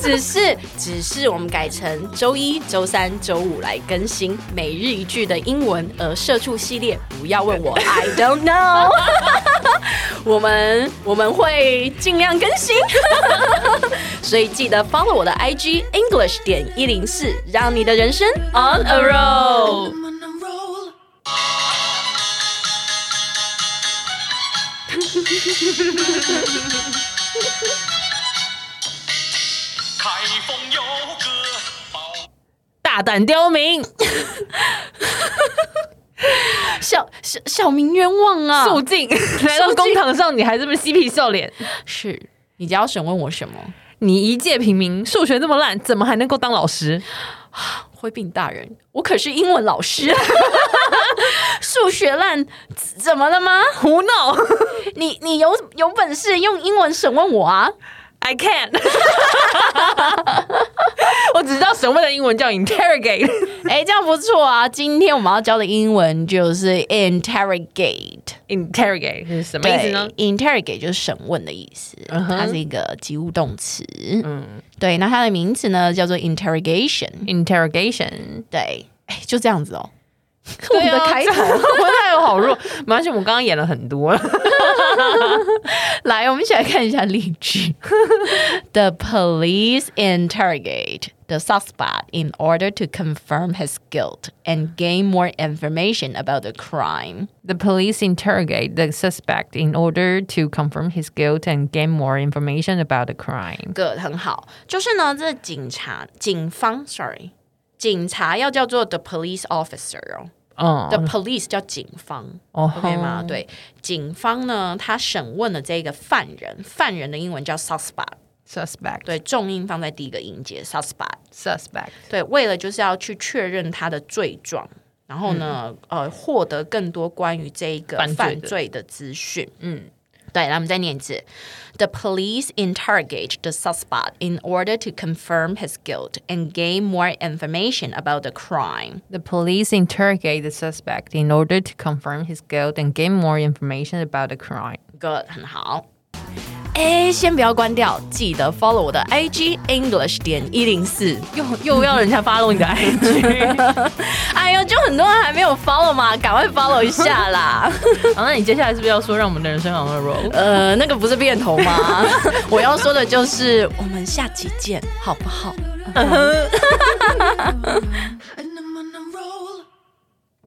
只是只是我们改成周一、周三、周五来更新每日一句的英文，而社畜系列不要问 我，I don't know 我们我们会尽量更新， 所以记得 follow 我的 IG English 点一零四，让你的人生 on a roll。 I'm on a roll. 开封有个宝。大胆刁民，小小小明冤枉啊！肃 静，来到公堂上你还这么嬉皮笑脸，是你家要审问我什么？你一介平民，数学这么烂，怎么还能够当老师？灰病大人，我可是英文老师， 数学烂怎么了吗？胡闹你你有有本事用英文审问我啊！ ！I can，我只知道审问的英文叫 interrogate，interrogate 哎、这样不错啊！今天我们要教的英文就是 interrogate。 Interrogate 是什么对意思呢？ ？Interrogate 就是审问的意思嗯哼它是一个及物动词。嗯，对，那它的名词呢叫做 interrogation。 interrogation，对，哎，就这样子哦。我们的开头我太有哎好弱，没关系，我们刚刚演了很 多。来，我们一起来看一下例 句。The police interrogate the suspect in order to confirm his guilt and gain more information about the crime. The police interrogate the suspect in order to confirm his guilt and gain more information about the crime. 个很好，就是呢，这警察、警方，sorry，警察要叫做 the police officer 哦、哦 The police 叫警方、哦 o k 吗？对，警方呢，他审问了这个犯人，犯人的英文叫 suspect， ，suspect，对，重音放在第一个音节 suspect， ，suspect，对，为了就是要去确认他的罪状，然后呢，呃，获得更多关于这一个犯罪的犯罪的资讯。嗯，对，那我们再念一次：The police interrogate the suspect in order to confirm his guilt and gain more information about the crime. The police interrogate the suspect in order to confirm his guilt and gain more information about the crime. Good，很好。哎，先不要关掉，记得 follow 我的 IG English 点一零四。又又要人家 follow 你的 IG，哎呦，就很多人还没有 follow 嘛，赶快 follow 一下啦。 好， 那你接下来是不是要说让我们的人生 on a roll？呃，那个不是变头吗？ 我要说的就是，我们下期见，好不好？ I